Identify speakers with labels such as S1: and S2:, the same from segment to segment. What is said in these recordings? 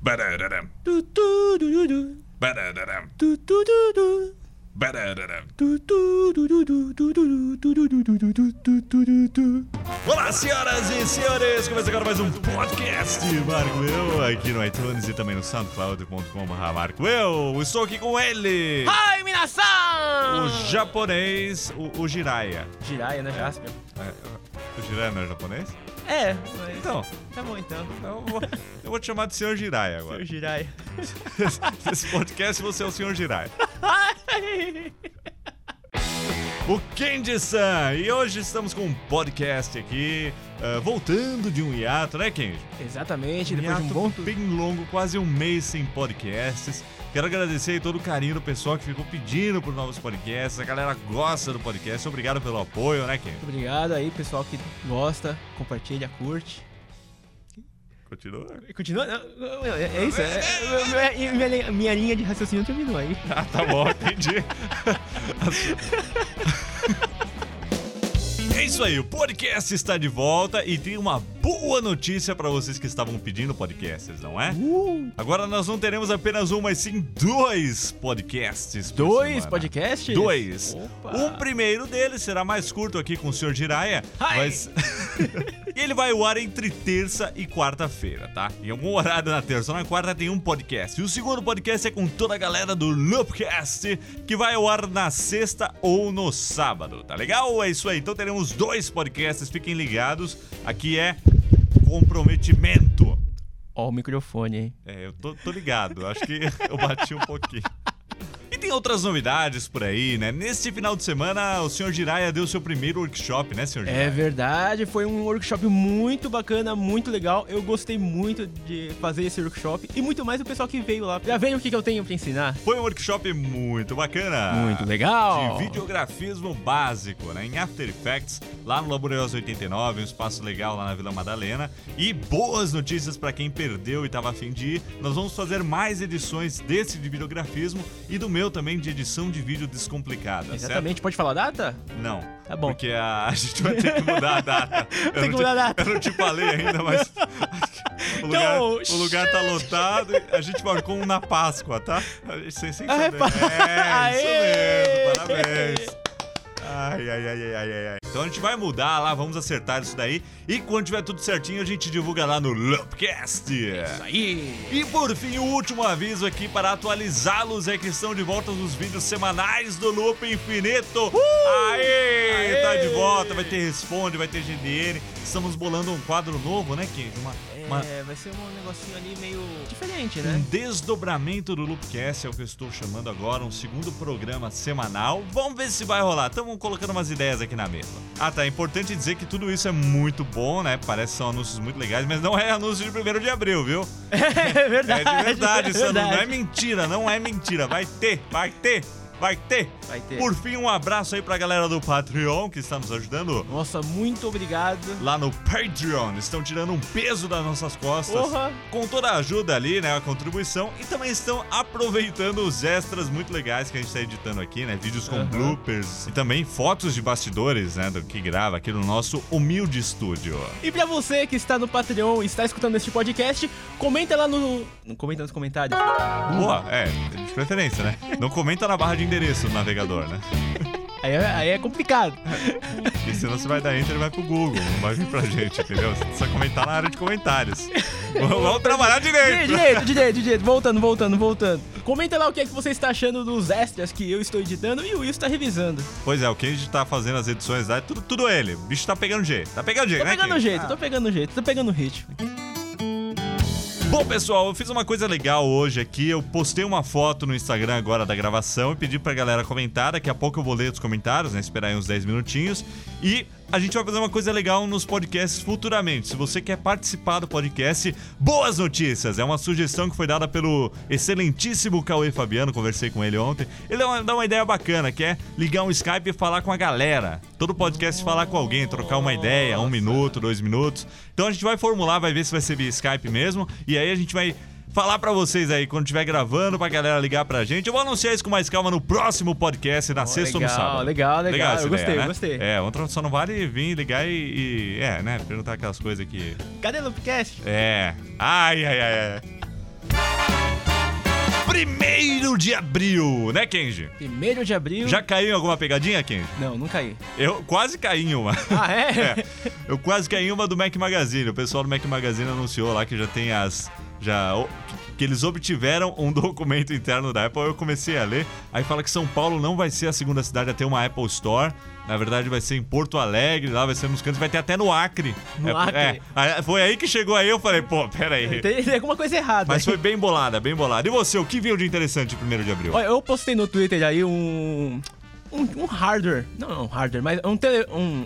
S1: Barararam,
S2: Tu, tu, du, du, du.
S1: barararam,
S2: Tu, tu, du, du.
S1: barararam.
S2: Tu, tu, du, du, du, du, du, du, du, du, du, du, du, du, du, du, du.
S3: Olá, senhoras e senhores! Começa agora mais um podcast Marco Eu, aqui no iTunes e também no soundcloud.com. Marco Eu estou aqui com ele,
S2: Ai, Minasan!
S3: o japonês, o, o Jiraiya.
S2: Jiraiya, né? Jaspion.
S3: É, O Jiraiya não é japonês?
S2: É, mas...
S3: Então,
S2: Tá bom, então.
S3: eu vou, eu vou te chamar de senhor Jiraiya
S2: Seu
S3: agora.
S2: Jiraiya.
S3: Nesse podcast você é o senhor Jiraiya.
S2: Ai!
S3: o Kendi-san. E hoje estamos com um podcast aqui, ah, voltando de um hiato, né, Kendi?
S2: Exatamente, depois de um
S3: hiato
S2: bom... tu-
S3: bem longo, quase um mês sem podcasts. Quero agradecer aí todo o carinho do pessoal que ficou pedindo por novos podcasts. A galera gosta do podcast. Obrigado pelo apoio, né, Ken?
S2: Muito obrigado aí, pessoal que gosta, compartilha, curte.
S3: Continua.
S2: Continua? Não, não, É é isso, é- é- é- minha, linha- minha linha de raciocínio terminou aí.
S3: Ah, tá bom, entendi. É isso aí, o podcast está de volta e tem uma boa notícia para vocês que estavam pedindo podcasts, não é?
S2: Uh,
S3: Agora nós não teremos apenas um, mas sim dois podcasts. por
S2: dois
S3: semana.
S2: podcasts?
S3: Dois. Um
S2: Opa.
S3: O primeiro deles será mais curto aqui com o Sr. Jiraya.
S2: Ai.
S3: Mas... e ele vai ao ar entre terça e quarta-feira, tá? Em algum horário na terça ou na quarta tem um podcast. E o segundo podcast é com toda a galera do Loopcast, que vai ao ar na sexta ou no sábado, tá legal? É isso aí. Então teremos dois podcasts, fiquem ligados. Aqui é comprometimento.
S2: Ó o microfone aí.
S3: É, eu tô, tô ligado. Acho que eu bati um pouquinho. E tem outras novidades por aí, né? Neste final de semana, o Sr. Jiraya deu seu primeiro workshop, né, Sr. Jiraya?
S2: É verdade, foi um workshop muito bacana, muito legal. Eu gostei muito de fazer esse workshop e muito mais o pessoal que veio lá. Já veio o que, que eu tenho pra ensinar?
S3: Foi um workshop muito bacana.
S2: muito legal.
S3: Ah, De videografismo básico, né? Em After Effects, lá no Laboriosa 89, um espaço legal lá na Vila Madalena. E boas notícias pra quem perdeu e tava afim de ir. Nós vamos fazer mais edições desse de videografismo e do meu também de edição de vídeo descomplicada, tá certo?
S2: Exatamente, pode falar a data?
S3: Não.
S2: Tá bom.
S3: Porque a, a gente vai ter que mudar a data. Eu não
S2: Tem que
S3: te-
S2: mudar a data.
S3: Eu não te falei ainda, mas. O lugar,
S2: Então,
S3: o lugar tá lotado. e A gente marcou um na Páscoa, tá? A gente- Sem, sem saber.
S2: Ah, pá.
S3: É, isso
S2: Aê!
S3: mesmo. Parabéns. Ai, ai, ai, ai, ai, ai, ai. Então a gente vai mudar lá, vamos acertar isso daí. E quando tiver tudo certinho, a gente divulga lá no Lupcast.
S2: Isso aí.
S3: E por fim, o último aviso aqui para atualizá-los é que estão de volta os vídeos semanais do Loop Infinito. Aê,
S2: Aê!
S3: Tá de volta, vai ter Responde, vai ter GDN. Estamos bolando um quadro novo, né, Kendi? Uma, uma-
S2: É, vai ser um negocinho ali meio diferente,
S3: um
S2: né?
S3: desdobramento do Loopcast, é o que eu estou chamando agora, um segundo programa semanal. Vamos ver se vai rolar. Estamos colocando umas ideias aqui na mesa. Ah, tá. É importante dizer que tudo isso é muito bom, né? Parece que são anúncios muito legais, mas não é anúncio de 1 de abril, viu?
S2: É
S3: É
S2: verdade.
S3: de verdade, isso não é mentira, não é mentira. Vai ter, vai ter, vai ter.
S2: Vai ter.
S3: Por fim, um abraço aí pra galera do Patreon que está nos ajudando
S2: Nossa, muito obrigado.
S3: lá no Patreon. Estão tirando um peso das nossas costas.
S2: Porra.
S3: Com toda a ajuda ali, né? A contribuição. E também estão aproveitando os extras muito legais que a gente tá editando aqui, né? Vídeos com
S2: Aham.
S3: bloopers e também fotos de bastidores, né? Do que grava aqui no nosso humilde estúdio.
S2: E pra você que está no Patreon e está escutando este podcast, comenta lá no. Comenta nos comentários. Hum.
S3: Boa, é, de preferência, né? Não comenta na barra de endereço do navegador, né?
S2: Aí é, aí é complicado.
S3: Porque senão você vai dar enter e vai pro Google, não vai vir pra gente, entendeu? Você precisa comentar na área de comentários. Vamos vamos trabalhar
S2: De
S3: direito!
S2: jeito, de jeito, de jeito. Voltando, voltando, voltando. Comenta lá o que é que você está achando dos extras que eu estou editando e o Will está revisando.
S3: Pois é, o Kenji tá fazendo as edições lá, é tudo, tudo ele. O bicho tá pegando jeito. Tá pegando jeito,
S2: Tô
S3: né?
S2: pegando o
S3: Kenji?
S2: jeito, tô pegando o jeito, tô pegando o ritmo.
S3: Bom, pessoal, eu fiz uma coisa legal hoje aqui. Eu postei uma foto no Instagram agora da gravação e pedi pra galera comentar. Daqui a pouco eu vou ler os comentários, né? Esperar aí uns 10 minutinhos. E a gente vai fazer uma coisa legal nos podcasts futuramente. Se você quer participar do podcast, boas notícias! É uma sugestão que foi dada pelo excelentíssimo Cauê Fabiano, conversei com ele ontem. Ele dá uma, dá uma ideia bacana, que é ligar um Skype e falar com a galera. Todo podcast falar com alguém, trocar uma ideia, um minuto, dois minutos. Então a gente vai formular, vai ver se vai ser via Skype mesmo. E aí a gente vai falar pra vocês aí quando estiver gravando, pra galera ligar pra gente. Eu vou anunciar isso com mais calma no próximo podcast, na sexta ou no
S2: legal,
S3: sábado.
S2: legal, legal.
S3: essa
S2: Eu gostei,
S3: né?
S2: eu gostei.
S3: É, outra só não vale vir ligar e, e- É, né? Perguntar aquelas coisas que.
S2: Cadê o Loopcast?
S3: É. Ai, ai, ai, ai. Primeiro de abril, né, Kenji?
S2: Primeiro de abril.
S3: Já caiu em alguma pegadinha, Kenji?
S2: Não, não caí.
S3: Eu quase caí em uma.
S2: Ah, é?
S3: É, eu quase caí em uma do Mac Magazine. O pessoal do Mac Magazine anunciou lá que já tem as. Já, o- que eles obtiveram um documento interno da Apple. Eu comecei a ler. Aí fala que São Paulo não vai ser a segunda cidade a ter uma Apple Store. Na verdade, vai ser em Porto Alegre, lá vai ser nos cantos, vai ter até no Acre.
S2: No
S3: É,
S2: Acre.
S3: é. Aí- foi aí que chegou aí, eu falei, pô, peraí.
S2: Tem, tem alguma coisa errada.
S3: É. Mas foi bem bolada, bem bolada. E você, o que viu de interessante em 1 de abril?
S2: Olha, eu postei no Twitter aí um. Um, um hardware. Não, não um hardware, mas um tele. Um.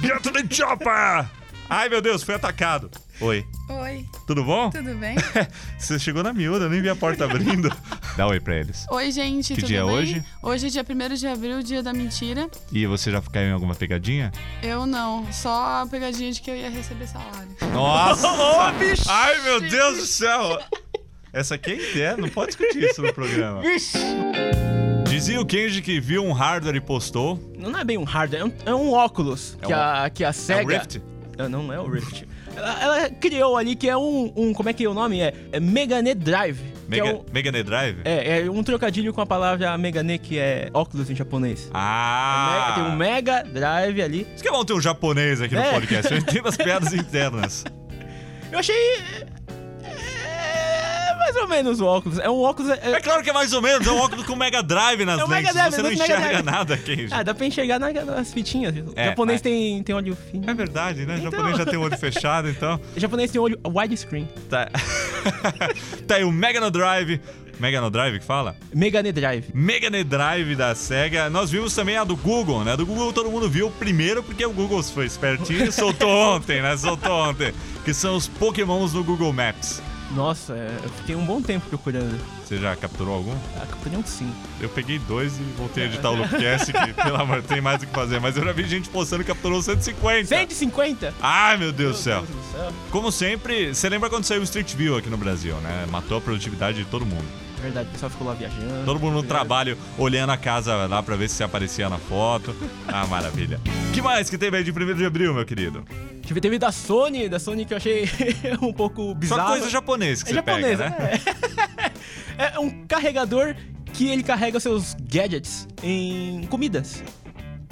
S3: Get to the chopper! Ai, meu Deus, fui atacado. Oi,
S4: Oi,
S3: tudo bom?
S4: tudo bem?
S3: Você chegou na miúda, nem vi a porta abrindo. Dá um oi pra eles.
S4: Oi, gente,
S3: Que
S4: tudo
S3: dia é
S4: bem?
S3: hoje?
S4: Hoje é dia 1 de abril, dia da mentira.
S3: E você já caiu em alguma pegadinha?
S4: Eu não, só a pegadinha de que eu ia receber salário.
S3: Nossa! Ai, meu Deus do céu! Essa quem é? Não pode discutir isso no programa. Dizia o Kenji que viu um hardware e postou.
S2: Não é bem um hardware, é um, é um óculos
S3: É
S2: que,
S3: um
S2: a, que a SEGA.
S3: Rift?
S2: Ah, Não, não é o Rift. ela, ela criou ali que é um, um- Como é que é o nome? É, é Megane Drive. que
S3: Mega,
S2: é, um,
S3: Mega Drive?
S2: é, é um trocadilho com a palavra Megane, que é óculos em japonês.
S3: Ah!
S2: Tem um Mega Drive ali.
S3: Isso que é bom ter um japonês aqui no
S2: É.
S3: podcast. Eu entendo as piadas internas.
S2: Eu achei. é, mais ou menos o óculos. É um óculos. é-
S3: É claro que é mais ou menos, é um óculos com Mega Drive nas
S2: É um
S3: lentes.
S2: Mega Drive,
S3: você não
S2: é um Mega
S3: enxerga
S2: Drive.
S3: nada, Kenji.
S2: Ah, dá pra enxergar na- nas fitinhas. O
S3: É,
S2: japonês
S3: é.
S2: tem, tem olho fino.
S3: É verdade, né? O
S2: Então.
S3: japonês já tem o olho fechado, então.
S2: O japonês tem olho widescreen.
S3: Tá. tá aí o Mega No Drive. Mega No Drive que fala?
S2: Megane Drive.
S3: Mega No Drive da SEGA. Nós vimos também a do Google, né? A do Google todo mundo viu primeiro porque o Google foi espertinho e soltou ontem, né? Soltou ontem. Que são os Pokémons no Google Maps.
S2: Nossa, é, eu fiquei um bom tempo procurando.
S3: Você já capturou algum?
S2: Ah, Capitão sim.
S3: Eu peguei dois e voltei a editar o Loopcast, que, pelo amor, tem mais o que fazer. Mas eu já vi gente postando que capturou 150.
S2: 150?
S3: Ai, meu Deus do céu.
S2: Meu Deus do céu.
S3: Como sempre, você lembra quando saiu o Street View aqui no Brasil, né? Matou a produtividade de todo mundo.
S2: É Verdade, o pessoal ficou lá viajando.
S3: Todo mundo no trabalho olhando a casa lá pra ver se aparecia na foto. Ah, maravilha. que mais que teve aí de 1 de abril, meu querido?
S2: Tive, teve da Sony, da Sony que eu achei um pouco
S3: Só
S2: bizarro.
S3: coisa japonesa que
S2: é
S3: você
S2: japonês,
S3: pega, né?
S2: é. é um carregador que ele carrega seus gadgets em comidas.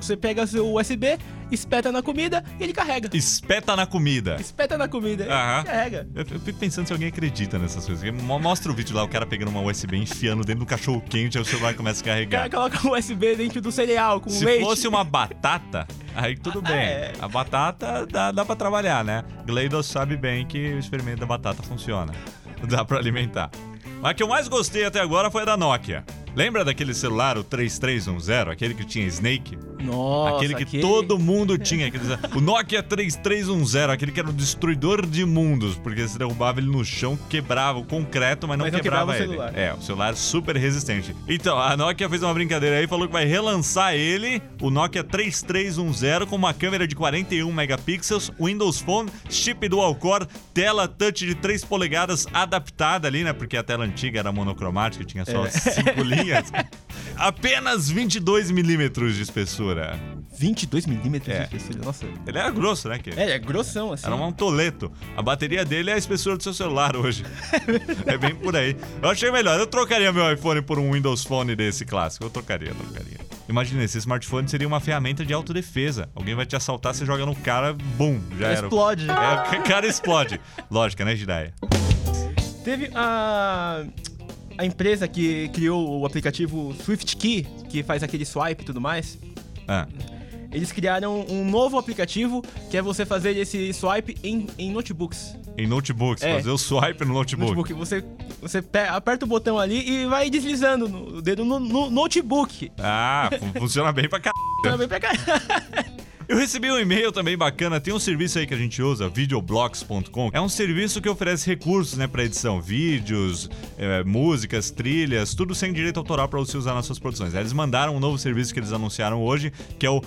S2: Você pega seu USB, espeta na comida e ele carrega.
S3: Espeta na comida.
S2: Espeta na comida
S3: Aham. Tá.
S2: e carrega.
S3: Eu, eu fico pensando se alguém acredita nessas coisas. Porque mo- Mostra o vídeo lá, o cara pegando uma USB, enfiando dentro do cachorro quente, aí o celular começa a
S2: O cara
S3: carregar.
S2: coloca o USB dentro do cereal com
S3: Se
S2: leite.
S3: fosse um uma batata, aí tudo bem.
S2: É.
S3: A batata dá, dá pra trabalhar, né? Gleidos sabe bem que o experimento da batata funciona. Dá pra alimentar. Mas a que eu mais gostei até agora foi a da Nokia. Lembra daquele celular, o 3310, aquele que tinha Snake?
S2: Nossa,
S3: aquele que
S2: aquele-
S3: todo mundo tinha. aquele- o Nokia 3310, aquele que era o destruidor de mundos, porque se derrubava ele no chão, quebrava o concreto, mas não,
S2: Mas não
S3: quebrava,
S2: quebrava o
S3: ele.
S2: celular.
S3: É, o celular super resistente. Então, a Nokia fez uma brincadeira aí, falou que vai relançar ele, o Nokia 3310, com uma câmera de 41 megapixels, Windows Phone, chip dual core, tela touch de 3 polegadas adaptada ali, né? Porque a tela antiga era monocromática, tinha só
S2: É.
S3: cinco linhas. Apenas 22 milímetros de espessura.
S2: 22 milímetros
S3: É.
S2: de espessura, nossa.
S3: Ele era grosso, né, Kê?
S2: É, ele é grossão assim.
S3: Era um toleto. A bateria dele é a espessura do seu celular hoje. é bem por aí. Eu achei melhor. Eu trocaria meu iPhone por um Windows Phone desse clássico. Eu trocaria, trocaria. Imagina, esse smartphone seria uma ferramenta de autodefesa. Alguém vai te assaltar, você joga no cara, bum, já era.
S2: Explode.
S3: É, o cara explode. Lógica, né, Jiraiya?
S2: Teve a. A empresa que criou o aplicativo SwiftKey, que faz aquele swipe e tudo mais,
S3: Ah,
S2: eles criaram um novo aplicativo que é você fazer esse swipe em, em notebooks.
S3: em notebooks,
S2: É.
S3: fazer o swipe no notebook.
S2: Notebook, você, você pe- aperta o botão ali e vai deslizando no- o dedo no, no notebook.
S3: Ah, fun- funciona bem pra caralho.
S2: Também pra cá.
S3: Eu recebi um e-mail também bacana. Tem um serviço aí que a gente usa, videoblogs.com. É um serviço que oferece recursos, né, para edição, vídeos, eh, músicas, trilhas, tudo sem direito autoral para você usar nas suas produções. Eles mandaram um novo serviço que eles anunciaram hoje, que é o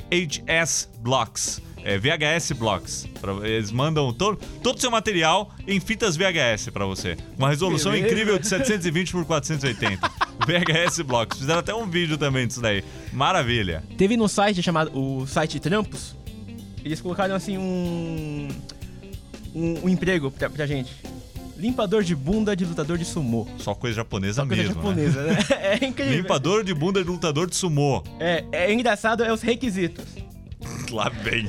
S3: VHS Blocks. É, VHS Blocks. Pra- eles mandam todo todo o seu material em fitas VHS para você. Uma resolução
S2: Beleza.
S3: incrível de 720 por 480. VHS Blocks. Fizeram até um vídeo também disso daí. Maravilha.
S2: Teve no site chamado o site Trampos, eles colocaram assim um um, um emprego pra, pra gente. Eles Limpador de bunda de lutador de sumô.
S3: Só coisa japonesa
S2: Coisa
S3: mesmo. né?
S2: japonesa, né? É incrível.
S3: Limpador de bunda de lutador de sumô.
S2: É, é engraçado, é os requisitos.
S3: Lá bem.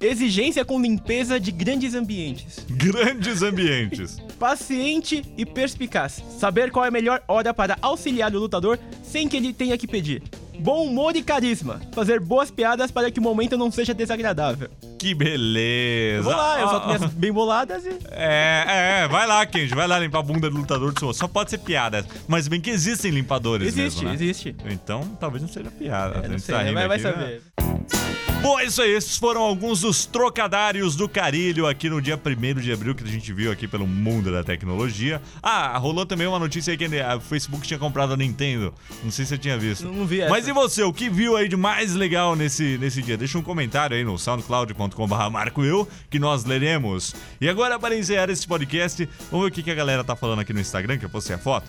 S2: Exigência com limpeza de grandes ambientes.
S3: Grandes ambientes.
S2: Paciente e perspicaz. Saber qual é a melhor hora para auxiliar o lutador sem que ele tenha que pedir. Bom humor e carisma. Fazer boas piadas para que o momento não seja desagradável.
S3: Que beleza.
S2: Eu vou lá, eu
S3: Ah,
S2: solto minhas bem boladas e.
S3: É, é, é, vai lá, Kenji, vai lá limpar a bunda do lutador de sumô. Só pode ser piada. Mas bem que existem limpadores
S2: Existe,
S3: mesmo, né?
S2: existe.
S3: Então, talvez não seja piada.
S2: É,
S3: A
S2: não
S3: gente
S2: sei,
S3: tá
S2: né?
S3: rindo
S2: vai, vai
S3: aqui, né?
S2: saber.
S3: Bom, é isso aí. Esses foram alguns dos trocadários do Carilho aqui no dia 1 de abril que a gente viu aqui pelo mundo da tecnologia. Ah, rolou também uma notícia aí que a Facebook tinha comprado a Nintendo. Não sei se você tinha visto.
S2: Não vi essa.
S3: Mas e você? O que viu aí de mais legal nesse, nesse dia? Deixa um comentário aí no soundcloud.com.br Marco Eu, que nós leremos. E agora, para encerrar esse podcast, vamos ver o que que a galera tá falando aqui no Instagram, que eu postei a foto.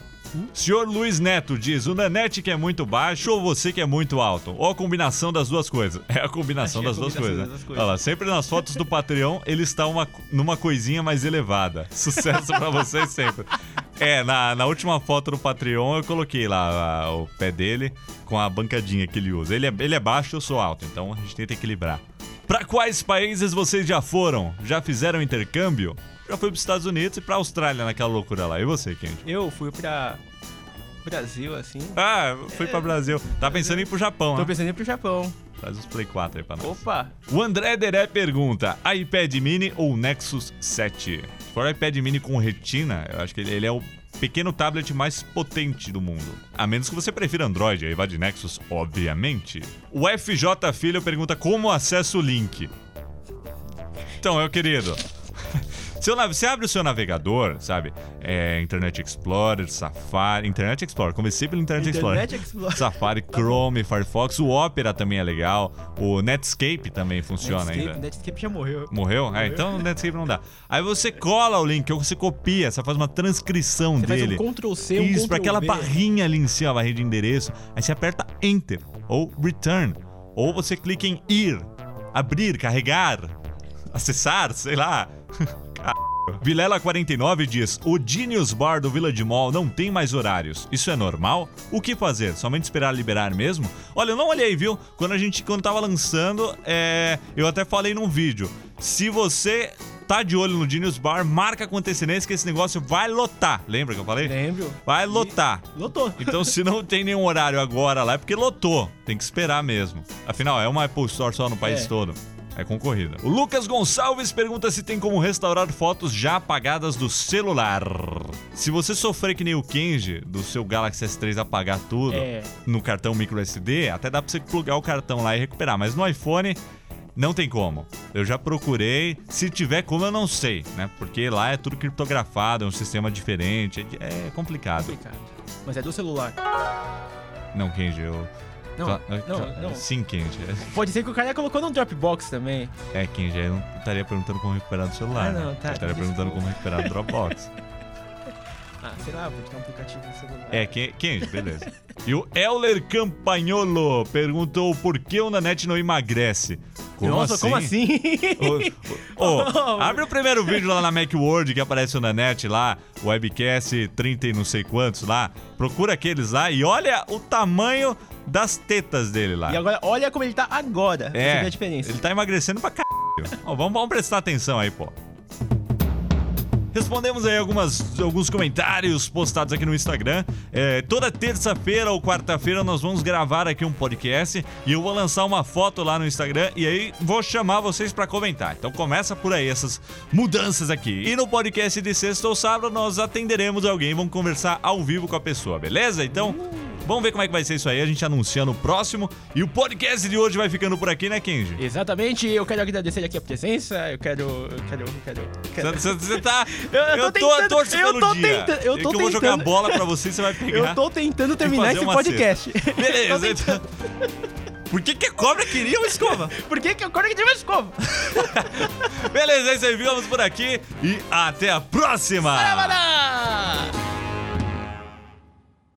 S3: Senhor Luiz Neto diz: o Nanete que é muito baixo ou você que é muito alto? Ou a combinação das duas coisas? É a combinação,
S2: Acho que é a
S3: das, duas
S2: combinação
S3: coisas,
S2: das duas
S3: né?
S2: coisas.
S3: Olha lá, sempre nas fotos do Patreon ele está uma, numa coisinha mais elevada. Sucesso pra vocês sempre. É, na, na última foto do Patreon eu coloquei lá a- o pé dele com a bancadinha que ele usa. Ele é, ele é baixo, eu sou alto, então a gente tenta equilibrar. Pra quais países vocês já foram? Já fizeram intercâmbio? Já fui pros Estados Unidos e pra Austrália naquela loucura lá. E você, Kendi?
S2: Eu fui pra. Brasil, assim.
S3: Ah, fui pra Brasil. Tá pensando em ir pro Japão,
S2: Tô
S3: né?
S2: pensando em ir pro Japão.
S3: Faz os Play 4 aí pra nós.
S2: Opa!
S3: O André Deré pergunta: iPad mini ou Nexus 7? Se for iPad mini com retina, eu acho que ele, ele é o pequeno tablet mais potente do mundo. A menos que você prefira Android, aí vá de Nexus, obviamente. O FJ Filho pergunta: como acesso o link? Então, meu querido. Seu nav- você abre o seu navegador, sabe? É, Internet Explorer, Safari. Internet Explorer, comecei pelo Internet,
S2: Internet
S3: Explorer.
S2: Explorer.
S3: Safari, Chrome, Firefox. O Opera também é legal. O Netscape também funciona
S2: Netscape, né?
S3: ainda.
S2: Netscape já morreu.
S3: Morreu? É,
S2: Morreu.
S3: então o Netscape não dá. Aí você cola o link, ou você copia, você faz uma transcrição
S2: Você
S3: dele.
S2: faz um Ctrl C, um
S3: Isso, pra
S2: Ctrl
S3: aquela
S2: V.
S3: barrinha ali em cima, a barrinha de endereço. Aí você aperta Enter ou Return. Ou você clica em ir, abrir, carregar, acessar, sei lá. Vilela49 diz: O Genius Bar do Village Mall não tem mais horários. Isso é normal? O que fazer? Somente esperar liberar mesmo? Olha, eu não olhei, viu? Quando a gente quando tava lançando, é, eu até falei num vídeo. Se você tá de olho no Genius Bar, marca com antecedência que esse negócio vai lotar. Lembra que eu falei?
S2: Lembro.
S3: Vai lotar.
S2: Lotou.
S3: Então, se não tem nenhum horário agora lá, é porque lotou. Tem que esperar mesmo. Afinal, é uma Apple Store só no país
S2: É.
S3: todo. É concorrida. O Lucas Gonçalves pergunta se tem como restaurar fotos já apagadas do celular. Se você sofrer que nem o Kenji, do seu Galaxy S3 apagar tudo,
S2: É.
S3: no cartão micro SD, até dá pra você plugar o cartão lá e recuperar. Mas no iPhone, não tem como. Eu já procurei. Se tiver como, eu não sei, né? Porque lá é tudo criptografado, é um sistema diferente. É é complicado.
S2: Complicado. Mas é do celular.
S3: Não, Kenji, eu.
S2: Não,
S3: Tá-
S2: não, não.
S3: Sim, Kenji.
S2: Pode ser que o cara colocou num Dropbox também.
S3: É, Kenji, eu não estaria perguntando como recuperar do celular.
S2: Ah, não,
S3: né?
S2: tá,
S3: Eu estaria perguntando como recuperar do Dropbox.
S2: Ah, sei lá, vou te dar um aplicativo no celular.
S3: É, Ken- Kenji, beleza. E o Euler Campagnolo perguntou por que o Nanete não emagrece. Como
S2: Nossa,
S3: assim?
S2: como assim? Oh.
S3: Ô, ô, ô, abre o primeiro vídeo lá na Macworld que aparece o Nanete lá, o webcast 30 e não sei quantos lá. Procura aqueles lá e olha o tamanho das tetas dele lá.
S2: E agora, olha como ele tá agora. pra Você vê a diferença.
S3: É, Ele tá emagrecendo pra caralho. Ó, vamos, vamos prestar atenção aí, pô. Respondemos aí algumas, alguns comentários postados aqui no Instagram. É, toda terça-feira ou quarta-feira nós vamos gravar aqui um podcast e eu vou lançar uma foto lá no Instagram e aí vou chamar vocês pra comentar. Então começa por aí essas mudanças aqui. E no podcast de sexta ou sábado nós atenderemos alguém, vamos conversar ao vivo com a pessoa, beleza? Então vamos ver como é que vai ser isso aí, a gente anuncia no próximo. E o podcast de hoje vai ficando por aqui, né, Kenji?
S2: Exatamente, eu quero agradecer aqui a presença, eu quero. Eu quero. Eu quero. eu quero-
S3: Você- Você você tá.
S2: Eu- eu tô tentando,
S3: torço
S2: eu
S3: pelo
S2: tô
S3: dia.
S2: tentando, eu
S3: É
S2: tô
S3: que eu vou jogar
S2: tentando.
S3: bola pra você e você vai pegar.
S2: Eu tô tentando terminar
S3: fazer
S2: esse
S3: uma
S2: podcast. Tô
S3: Beleza,
S2: tentando.
S3: então. Por que, que a cobra queria um uma escova?
S2: Por que, que eu quero que tive uma escova?
S3: Beleza, é isso aí. Ficamos por aqui e até a próxima!
S2: Tchau, maná!